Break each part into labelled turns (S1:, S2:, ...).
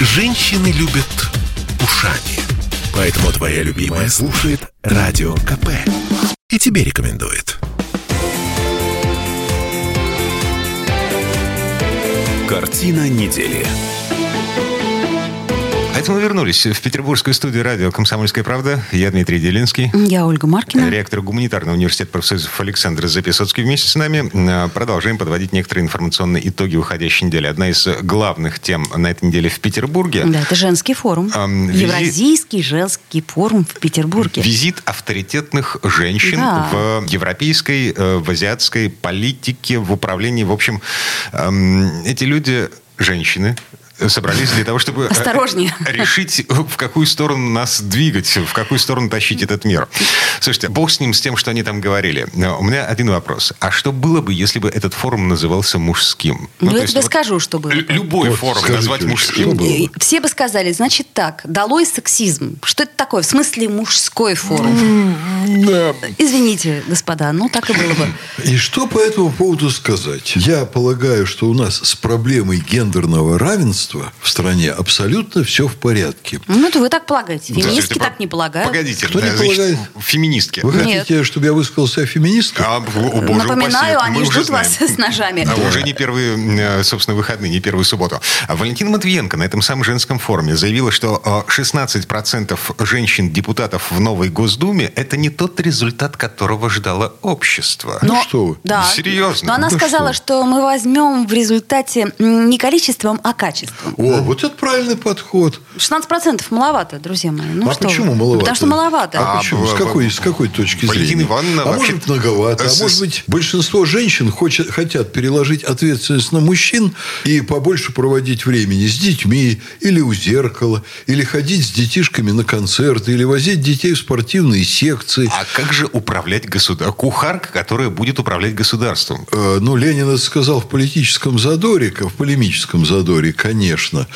S1: Женщины любят ушами. Поэтому твоя любимая слушает Радио КП. И тебе рекомендует.
S2: Картина недели.
S3: А Это мы вернулись в петербургскую студию радио «Комсомольская правда». Я Дмитрий Делинский.
S4: Я Ольга Маркина.
S3: Ректор гуманитарного университета профсоюзов Александр Записоцкий вместе с нами. Э, Продолжаем подводить некоторые информационные итоги уходящей недели. Одна из э, главных тем на этой неделе в Петербурге
S4: Да, это женский форум.
S3: Ам, визи-
S4: Евразийский женский форум в Петербурге.
S3: Визит авторитетных женщин
S4: Да.
S3: в европейской, э, в азиатской политике, в управлении. В общем, эм, эти люди, женщины, э, собрались для того, чтобы э,
S4: Осторожнее.
S3: решить, э, в какую сторону нас двигать, в какую сторону тащить этот мир. Слушайте, бог с ним, с тем, что они там говорили. Но у меня один вопрос. А что было бы, если бы этот форум назывался мужским?
S4: Ну,
S3: то
S4: я
S3: есть
S4: тебе
S3: вот
S4: скажу, что было.
S3: лю- Любой
S5: Вот,
S3: форум
S5: скажите,
S3: назвать
S5: что
S3: мужским.
S5: было бы?
S4: И Все бы сказали, значит так, долой сексизм. Что это такое? В смысле мужской форум?
S5: Да.
S4: Извините, господа, ну так и было бы.
S5: И что по этому поводу сказать? Я полагаю, что у нас с проблемой гендерного равенства в стране абсолютно все в порядке.
S4: Ну, это вы так полагаете.
S3: Слушайте,
S4: Феминистки
S3: про-
S4: так не полагают.
S3: Погодите,
S5: Кто не
S3: э, значит,
S5: полагает?
S3: феминистки.
S5: Вы
S3: Да.
S4: Нет.
S5: хотите, чтобы я высказал себя феминистом?
S3: А, о, боже
S4: Напоминаю,
S3: упаси,
S4: они
S3: мы уже
S4: ждут вас
S3: знаем.
S4: с ножами.
S3: А уже не первые, э, собственно, выходные, не первую субботу. А Валентина Матвиенко на этом самом женском форуме заявила, что э, 16% женщин-депутатов в новой Госдуме – это не тот результат, которого ждало общество.
S5: Ну что вы?
S4: Да.
S3: Серьезно? Ну
S4: Но она
S5: Да
S4: сказала, что? мы возьмем в результате м, не количеством, а качеством.
S5: О, вот это правильный подход.
S4: 16% маловато, друзья мои. Ну
S5: а
S4: что
S5: почему
S4: вы?
S5: маловато?
S4: Потому что маловато.
S5: А,
S3: А,
S5: почему? С
S3: в-
S5: какой,
S3: в-
S5: с какой точки
S3: Валентина
S5: зрения?
S3: Ивановна
S5: а
S3: вообще-
S5: может быть, многовато.
S3: С-
S5: А может быть, большинство женщин хочет, хотят переложить ответственность на мужчин и побольше проводить времени с детьми или у зеркала, или ходить с детишками на концерты, или возить детей в спортивные секции.
S3: А как же управлять государством? Кухарка, которая будет управлять государством.
S5: Э, Ну, Ленин это сказал в политическом задоре, к- в полемическом задоре, конечно.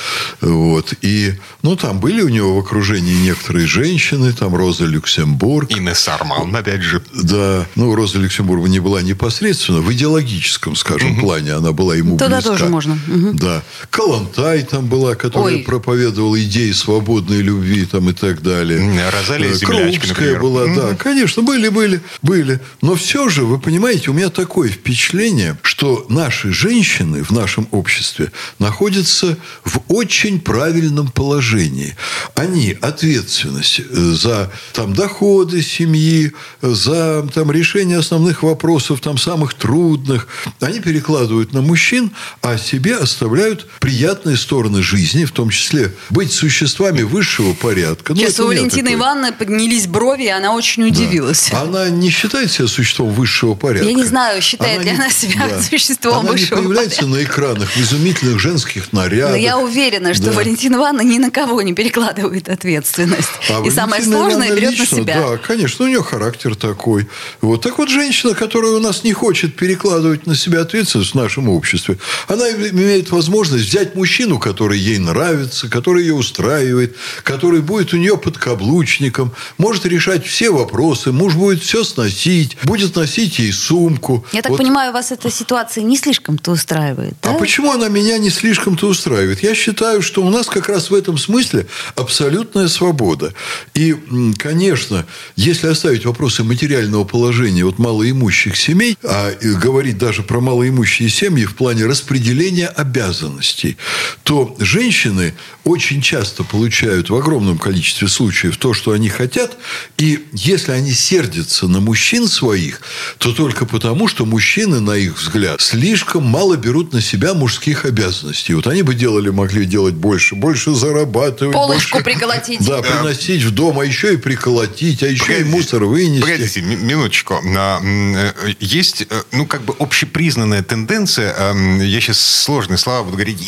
S5: Вот. И, ну, там были у него в окружении некоторые женщины, там Роза Люксембург.
S3: Инесс Арман, опять же.
S5: Да, ну, Роза Люксембург не была непосредственно, в идеологическом, скажем, плане она была ему
S4: Туда
S5: близка.
S4: тоже можно, мгм.
S5: Да. Калантай там была, которая
S4: Ой.
S5: проповедовала идеи свободной любви там и так далее.
S3: М, Розалия
S5: Э,
S3: Землячка,
S5: Крупская
S3: например.
S5: была, да. Конечно, были, были, были. Но все же, вы понимаете, у меня такое впечатление, что наши женщины в нашем обществе находятся в очень правильном положении. Они ответственность э, за там, доходы семьи, э, за там, решение основных вопросов, там, самых трудных. Они перекладывают на мужчин, а себе оставляют приятные стороны жизни, в том числе быть существами высшего порядка. Ну,
S4: Сейчас
S5: это
S4: у
S5: меня
S4: Валентины
S5: такое.
S4: Ивановны поднялись брови, и она очень удивилась.
S5: А Она не считает себя существом высшего порядка.
S4: Я не знаю, считает ли
S5: не-
S4: она себя существом
S5: она
S4: высшего
S5: не появляется на экранах в изумительных женских нарядах.
S4: Но я уверена, что
S5: Да.
S4: Валентина Ивановна ни на кого не перекладывает ответственность. и
S5: А Валентина
S4: самое сложное
S5: Ивановна
S4: берет
S5: лично,
S4: на себя.
S5: Да, конечно, у нее характер такой. Вот так вот женщина, которая у нас не хочет перекладывать на себя ответственность в нашем обществе, она имеет возможность взять мужчину, который ей нравится, который ее устраивает, который будет у нее подкаблучником, может решать все вопросы, муж будет все сносить, будет носить ей сумку.
S4: Я так
S5: Вот
S4: понимаю, вас эта ситуация не слишком-то устраивает, да?
S5: а почему она меня не слишком-то устраивает? Я считаю, что у нас как раз в этом смысле абсолютная свобода. И, м, конечно, если оставить вопросы материального положения от малоимущих семей, а э, говорить даже про малоимущие семьи в плане распределения обязанностей, то женщины очень часто получают в огромном количестве случаев то, что они хотят, и если они сердятся на мужчин своих, то только потому, что мужчины, на их взгляд, слишком мало берут на себя мужских обязанностей. Вот они бы делали, могли делать больше, больше зарабатывать.
S4: Полочку
S5: больше-
S4: приколотить.
S5: Да, приносить в дом, а еще и приколотить, а еще и
S3: Погодите,
S5: мусор вынести.
S3: Погодите, ми- минуточку. А, м, э, Есть, э, ну, как бы общепризнанная тенденция, а, м, я сейчас сложные слова буду говорить,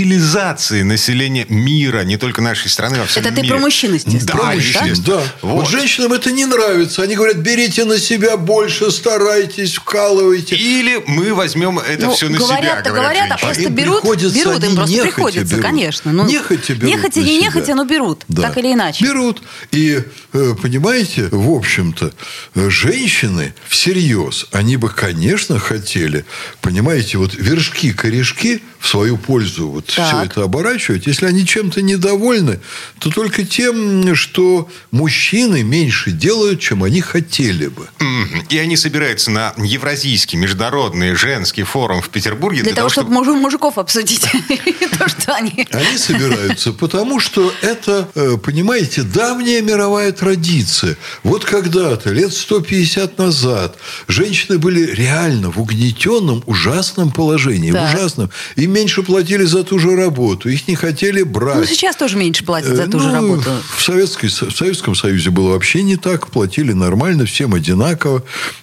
S3: инфантилизации населения мира, не только нашей страны, во всем
S4: Это ты
S3: мире.
S4: про мужчин, естественно,
S3: Да,
S5: Про мужчин,
S3: естественно.
S5: да.
S3: Вот.
S5: Вот. женщинам это не нравится. Они говорят, берите на себя больше, старайтесь, вкалывайте.
S3: Или мы возьмем это
S4: Ну,
S3: все на
S4: говорят-то
S3: себя, говорят
S4: говорят, а
S3: женщины.
S4: просто
S5: им
S4: берут,
S5: приходится,
S4: берут, им
S5: они
S4: просто
S5: нехотя
S4: приходится,
S5: берут.
S4: конечно. Ну,
S5: Нехотя берут
S4: Нехотя,
S5: на
S4: не
S5: себя.
S4: нехотя, но берут,
S5: Да.
S4: так или иначе.
S5: Берут. И, э, понимаете, в общем-то, э, женщины всерьез, они бы, конечно, хотели, понимаете, вот вершки-корешки в свою пользу вот
S4: Так.
S5: все это оборачивать, если они чем-то недовольны, то только тем, что мужчины меньше делают, чем они хотели бы.
S3: Мгм. И они собираются на Евразийский международный женский форум в Петербурге
S4: Для того, чтобы мужу- мужиков обсудить то, что они...
S5: Они собираются, потому что это, э, понимаете, давняя мировая традиция. Вот когда-то, лет 150 назад, женщины были реально в угнетенном, ужасном положении.
S4: Так.
S5: В ужасном. Им меньше платили за ту же работу. Их не хотели брать.
S4: Ну, сейчас тоже меньше платят за
S5: А. Э,
S4: ту же
S5: ну,
S4: работу.
S5: В, Советской, Со- в Советском Союзе было вообще не так. Платили нормально, всем одинаково.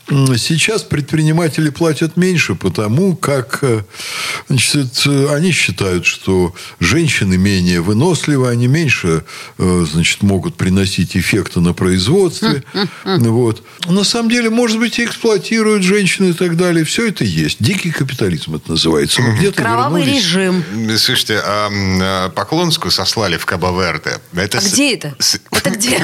S5: М, Сейчас предприниматели платят меньше, потому как э, значит, э, они считают, что женщины менее выносливы, они меньше э, значит, могут приносить эффекта на производстве. вот. На самом деле, может быть, и эксплуатируют женщины и так далее. Все это есть. Дикий капитализм это называется. Мы где-то
S4: Кровавый
S5: вернулись.
S4: режим.
S3: Слушайте, а, м, а, Поклонскую сослали в Кабаверте. Это
S4: А
S3: с-
S4: где это?
S3: с-
S4: Это где?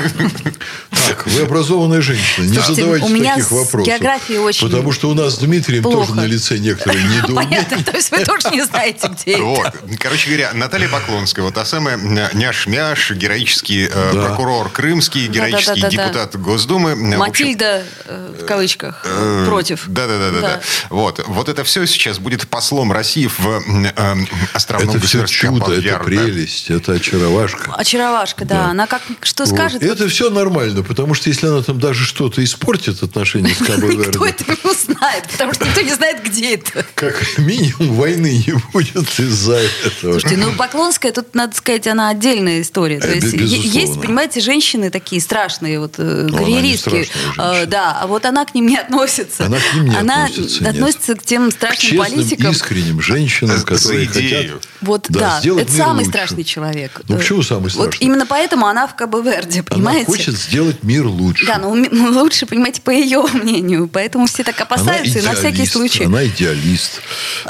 S5: Так, вы образованная женщина, не
S4: Слушайте,
S5: задавайте
S4: у меня
S5: таких
S4: с
S5: вопросов.
S4: географией очень
S5: Потому что у нас с Дмитрием
S4: плохо.
S5: тоже на лице некоторые недоумения.
S4: Понятно, то есть вы тоже не знаете, где это.
S3: Вот. Короче говоря, Наталья Поклонская, вот та самая ня- няш-мяш, героический э,
S5: Да.
S3: прокурор Крымский, героический
S4: Да-да-да-да-да.
S3: депутат Госдумы. э, в общем,
S4: Матильда, э, в кавычках,
S3: э,
S4: против.
S3: Да, да, да, да, да. Вот, вот это все сейчас будет послом России в э, э, островном
S5: Это все
S3: государстве
S5: чудо, это
S3: Кабаверде.
S5: прелесть, это очаровашка.
S4: Очаровашка, да. Она как что скажет,
S5: Вот. Это все нормально, потому что если она там даже что-то испортит отношения с
S4: никто
S5: Кабо-Верде,
S4: это не узнает, потому что никто не знает, где это.
S5: как минимум войны не будет из-за этого.
S4: Слушайте, ну Поклонская, тут, надо сказать, она отдельная история. То
S5: Э,
S4: есть
S5: бе-
S4: е-
S5: безусловно. Ну,
S4: есть, понимаете, женщины такие страшные, вот э,
S5: она не
S4: карьеристки.
S5: страшная женщина.
S4: Э, Да, а вот она к ним не относится.
S5: Она к ним не
S4: Она
S5: относится, нет.
S4: относится к тем
S5: К
S4: страшным
S5: честным,
S4: политикам.
S5: искренним женщинам,
S3: За
S5: которые
S3: идею.
S5: хотят...
S4: Вот
S5: Да,
S4: да,
S5: сделать
S4: это
S5: мир
S4: самый
S5: лучше.
S4: страшный человек.
S5: Ну,
S4: Э,
S5: почему самый
S4: Вот
S5: страшный?
S4: именно поэтому она в Кабо-Верде,
S5: Она
S4: понимаете?
S5: хочет сделать мир лучше.
S4: Да, но уме- ну, лучше, понимаете, по ее мнению. Поэтому все так опасаются и на всякий
S5: идеалист,
S4: случай.
S5: Она идеалист.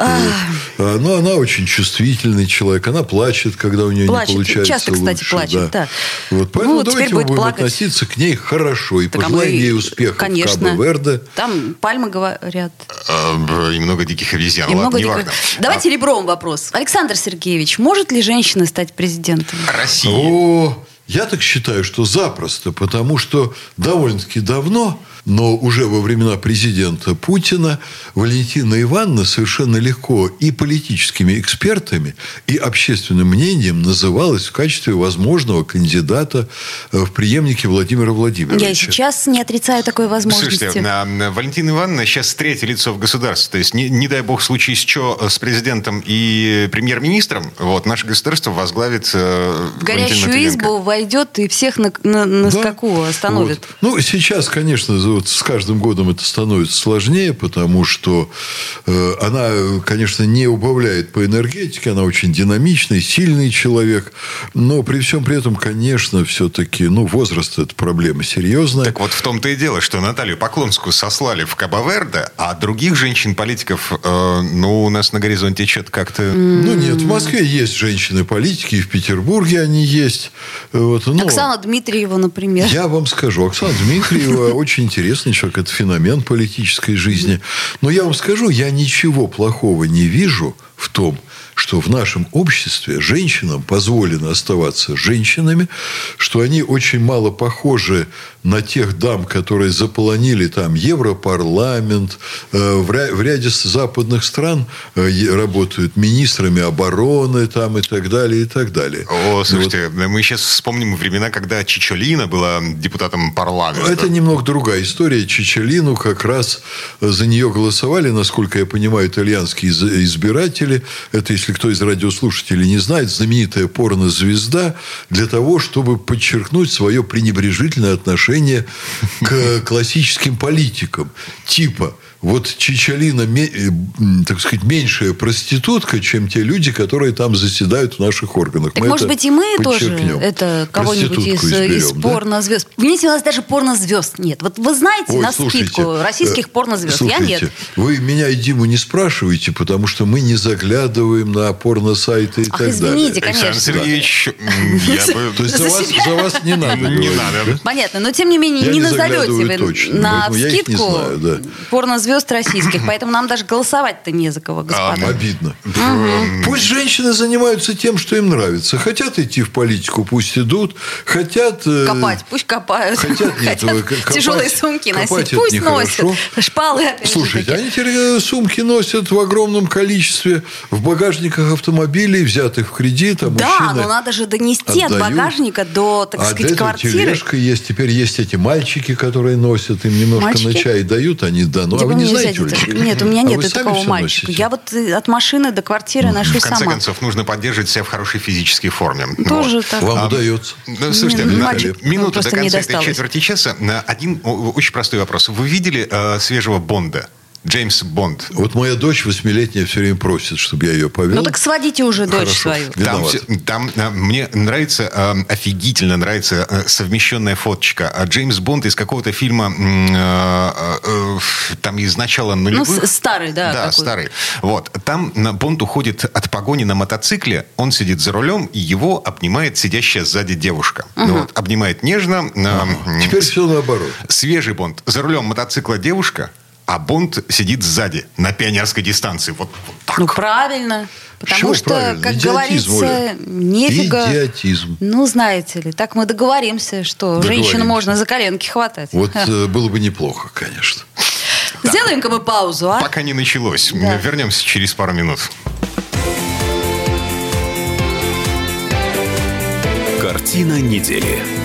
S5: Вот. А, Но она очень чувствительный человек. Она плачет, когда у нее
S4: Плачет.
S5: не получается
S4: Часто, кстати,
S5: лучше,
S4: плачет, да.
S5: Вот,
S4: Ну,
S5: поэтому
S4: вот теперь
S5: давайте мы
S4: будет
S5: будем
S4: плакать.
S5: относиться к ней хорошо и
S4: Так, а
S5: пожелаем
S4: мы-
S5: ей успехов в
S4: Конечно.
S5: Кабо-Верде.
S4: Там пальмы говорят.
S3: Э, б- И много диких обезьян.
S4: И много
S3: Ладно,
S4: дикого.
S3: неважно.
S5: А.
S4: Давайте ребром вопрос. Александр Сергеевич, может ли женщина стать президентом?
S3: А, Россия.
S5: О, я так считаю, что запросто, потому что довольно-таки давно, но уже во времена президента Путина Валентина Ивановна совершенно легко и политическими экспертами, и общественным мнением называлась в качестве возможного кандидата э, в преемнике Владимира Владимировича.
S4: Я и сейчас не отрицаю такой возможности.
S3: Слушайте, на- на Валентина Ивановна сейчас третье лицо в государстве. То есть, не, не дай бог, случай с чё э, с президентом и премьер-министром, вот, наше государство возглавит э,
S4: в
S3: Валентина
S4: горящую
S3: Матвиенко.
S4: избу войдет и всех на, на- на
S5: Да.
S4: скаку остановит.
S5: Вот. Ну, сейчас, конечно, вот с каждым годом это становится сложнее, потому что э, она, э, конечно, не убавляет по энергетике, она очень динамичный, сильный человек, но при всем при этом, конечно, все-таки, ну, возраст – это проблема серьезная.
S3: Так вот в том-то и дело, что Наталью Поклонскую сослали в Кабаверде, а других женщин-политиков, э, ну, у нас на горизонте что-то как-то...
S5: ну, нет, в Москве есть женщины-политики, и в Петербурге они есть. Э, Вот, но...
S4: Оксана Дмитриева, например.
S5: Я вам скажу, Оксана Дмитриева очень интересный человек, это феномен политической жизни. Но я вам скажу, я ничего плохого не вижу в том, что в нашем обществе женщинам позволено оставаться женщинами, что они очень мало похожи на тех дам, которые заполонили там Европарламент, э, в ря- в ряде с- западных стран э, е- работают министрами обороны там и так далее, и так далее.
S3: О, слушайте, мы сейчас вспомним времена, когда Чичолина была депутатом парламента.
S5: Это немного другая история. Чичалину как раз э, за нее голосовали, насколько я понимаю, итальянские из- избиратели. Это, если кто из радиослушателей не знает, знаменитая порнозвезда для того, чтобы подчеркнуть свое пренебрежительное отношение к классическим политикам. Типа, вот Чичалина, ме- э, м, так сказать, меньшая проститутка, чем те люди, которые там заседают в наших органах.
S4: Так,
S5: Мы
S4: может
S5: это
S4: быть, и мы тоже
S5: подчеркнем.
S4: это кого-нибудь из, э,
S5: Проститутку
S4: из
S5: изберем, да?
S4: порнозвезд. Видите, у нас даже порнозвезд нет. Вот вы знаете
S5: Ой,
S4: на
S5: слушайте,
S4: скидку российских
S5: э,
S4: порнозвезд? Я
S5: слушайте,
S4: нет.
S5: Вы меня и Диму не спрашиваете, потому что мы не заглядываем на порно-сайты и
S4: Ах,
S5: так
S4: извините,
S5: далее.
S3: Александр
S4: конечно.
S3: Сергеевич, м, я бы...
S5: То есть
S4: за
S5: за вас,
S4: себя.
S5: за вас не надо
S3: Не
S5: говорить,
S3: надо.
S5: да?
S4: Понятно, но тем не менее
S5: Я
S4: не
S5: не
S4: назовете
S5: заглядываю
S4: вы
S5: точно,
S4: на
S5: поэтому я их не
S4: скидку
S5: знаю, да.
S4: звезд российских, поэтому нам даже голосовать-то не за
S5: А,
S4: кого, господа.
S5: Обидно. Пусть женщины занимаются тем, что им нравится. Хотят идти в политику, пусть идут. Хотят... э,
S4: Копать, пусть копают.
S5: Хотят, нет, э, к- копать-
S4: тяжелые сумки
S5: копать
S4: носить,
S5: это
S4: пусть носят.
S5: нехорошо.
S4: Шпалы опять же
S5: Слушайте,
S4: таки.
S5: они теперь э, сумки носят в огромном количестве в багажниках автомобилей, взятых в кредит. а
S4: Да,
S5: мужчины
S4: но надо же донести
S5: отдают.
S4: от багажника до, так
S5: а
S4: сказать,
S5: для этого
S4: квартиры. Типа,
S5: тележка есть. Теперь есть эти мальчики, которые носят, им немножко на
S4: Мальчики?
S5: чай дают, они доносят.
S4: Где
S5: А
S4: бы
S5: вы не
S4: мне
S5: знаете,
S4: взять это?
S5: Олечка?
S4: Нет, у меня
S5: А
S4: нет
S5: вы сами
S4: такого
S5: всё Ну,
S4: мальчика.
S5: носите?
S4: Я вот э, от машины до квартиры ношу
S3: В конце
S4: сама.
S3: концов, нужно поддерживать себя в хорошей физической форме.
S4: Тоже
S3: Вот.
S4: так.
S5: Вам удается.
S3: Ну, слушайте,
S4: Не, ну,
S3: на-
S4: мальчик, ну,
S3: минуту
S4: просто
S3: до
S4: не
S3: конца этой
S4: досталось.
S3: четверти часа. на Один о, очень простой вопрос. Вы видели э, свежего Бонда? Джеймс Бонд.
S5: Вот моя дочь восьмилетняя все время просит, чтобы я ее повел.
S4: Ну так сводите уже дочь свою.
S3: Там,
S5: Виноват.
S3: всё- там, э, мне нравится, э, офигительно нравится э, совмещенная фоточка. А Джеймс Бонд из какого-то фильма, м, э, э, э, там из начала
S4: Ну,
S3: нулевых.
S4: с- старый, да.
S3: Да,
S4: такой.
S3: старый. Вот. Там на- Бонд уходит от погони на мотоцикле, он сидит за рулем, и его обнимает сидящая сзади девушка. Ну вот, обнимает нежно. э, м,
S5: Теперь все наоборот.
S3: Свежий Бонд. За рулем мотоцикла девушка, а Бонд сидит сзади, на пионерской дистанции. Вот, вот так.
S4: Ну правильно. Потому
S5: Чего
S4: что,
S5: правильно?
S4: как
S5: Идиотизм,
S4: говорится,
S5: Оля.
S4: нефига.
S5: Идиотизм.
S4: Ну, знаете ли, так мы договоримся, что женщину
S5: Договоримся.
S4: можно за коленки хватать.
S5: Вот э, было бы неплохо, конечно.
S4: Сделаем-ка мы паузу, а?
S3: Пока не началось.
S4: Да.
S3: Вернемся через пару минут.
S2: Картина недели.